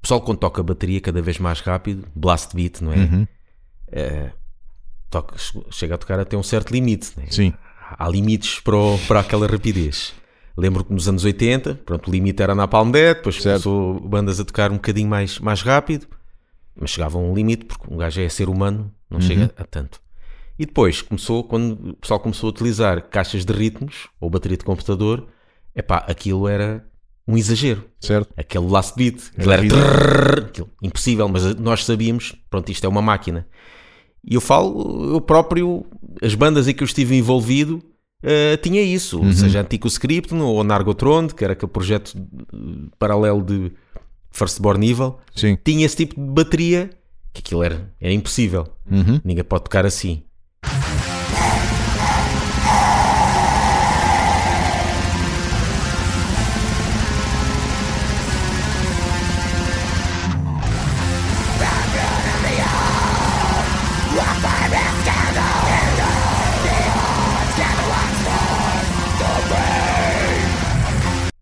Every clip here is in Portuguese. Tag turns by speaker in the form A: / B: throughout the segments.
A: pessoal quando toca bateria cada vez mais rápido, blast beat, não é?
B: Uhum.
A: Eh, toca- chega a tocar até um certo limite, não é?
B: Sim.
A: há limites para, o- para aquela rapidez. Lembro que nos anos 80, pronto, o limite era na Palm Dead, depois
B: Certo.
A: começou bandas a tocar um bocadinho mais, mais rápido, mas chegava a um limite, porque um gajo é ser humano, não chega a tanto. E depois começou, quando o pessoal começou a utilizar caixas de ritmos ou bateria de computador, epá, aquilo era um exagero.
B: Certo?
A: Aquele last beat, aquilo
B: Era
A: era trrr, aquilo, impossível, mas nós sabíamos, pronto, isto é uma máquina. E eu falo, eu próprio, as bandas em que eu estive envolvido, eh, tinha isso, ou seja, Antico Scriptum ou Nargothrond, que era aquele projeto eh, paralelo de Firstborn Evil,
B: Sim.
A: tinha esse tipo de bateria, que aquilo era, era impossível,
B: Uhum.
A: ninguém pode tocar assim.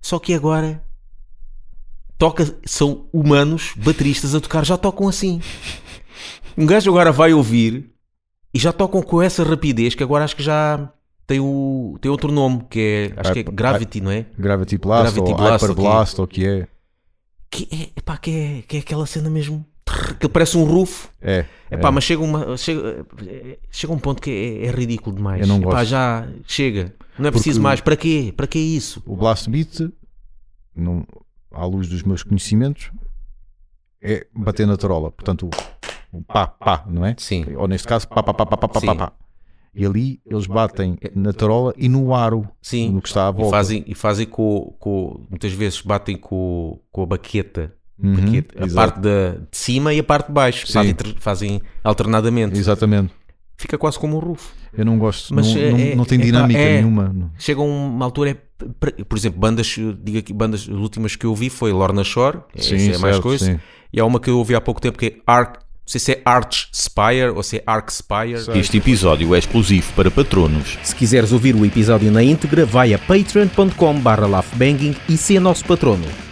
A: Só que agora toca, são humanos bateristas a tocar, já tocam assim. Um gajo agora vai ouvir e já tocam com essa rapidez que agora acho que já tem, o, tem outro nome que é, acho que é
B: Hyper-
A: Gravity, não é?
B: Gravity Blast
A: Gravity
B: ou
A: Blast,
B: Hyper
A: ok.
B: Blast ou o que é.
A: Que é, epá, que é, que é aquela cena mesmo trrr, que parece um rufo.
B: É.
A: Epá, mas chega, uma, chega, eh, chega um ponto que é, é ridículo demais.
B: Eu não
A: Epá,
B: gosto.
A: já chega. Não é preciso mais. Para quê? Para quê isso?
B: O Blast Beat, não, à luz dos meus conhecimentos, é bater na tarola. Portanto, o, o pá, pá, não é?
A: Sim.
B: Ou neste caso, pá, pá, pá, pá, pá, pá, pá,
A: Sim. É.
B: pá. E ali eles batem na tarola e no aro,
A: Sim.
B: no que está à
A: E
B: volta.
A: fazem, e fazem com, com- Muitas vezes batem com, com a baqueta.
B: Uhum,
A: baqueta, a
B: exato.
A: parte da, de cima e a parte de baixo.
B: Sim.
A: Fazem, tr- fazem alternadamente.
B: Exatamente.
A: Fica quase como um rufo.
B: Eu não gosto,
A: Mas
B: não,
A: é-
B: não-
A: é-
B: não tem
A: é pá,
B: dinâmica
A: é-
B: nenhuma. Não.
A: Chega uma altura, é, pre- por exemplo, bandas, eu digo aqui, bandas, as últimas que eu ouvi foi Lorna Shore, sim, é mais
B: certo,
A: coisa,
B: sim.
A: e há uma que eu ouvi há pouco tempo que é Arc, não sei se é Arch Spire ou se é Arc Spire,
C: Este episódio é exclusivo para patronos.
D: Se quiseres ouvir o episódio na íntegra, vai a patreon.com/laughbanging e se nosso patrono.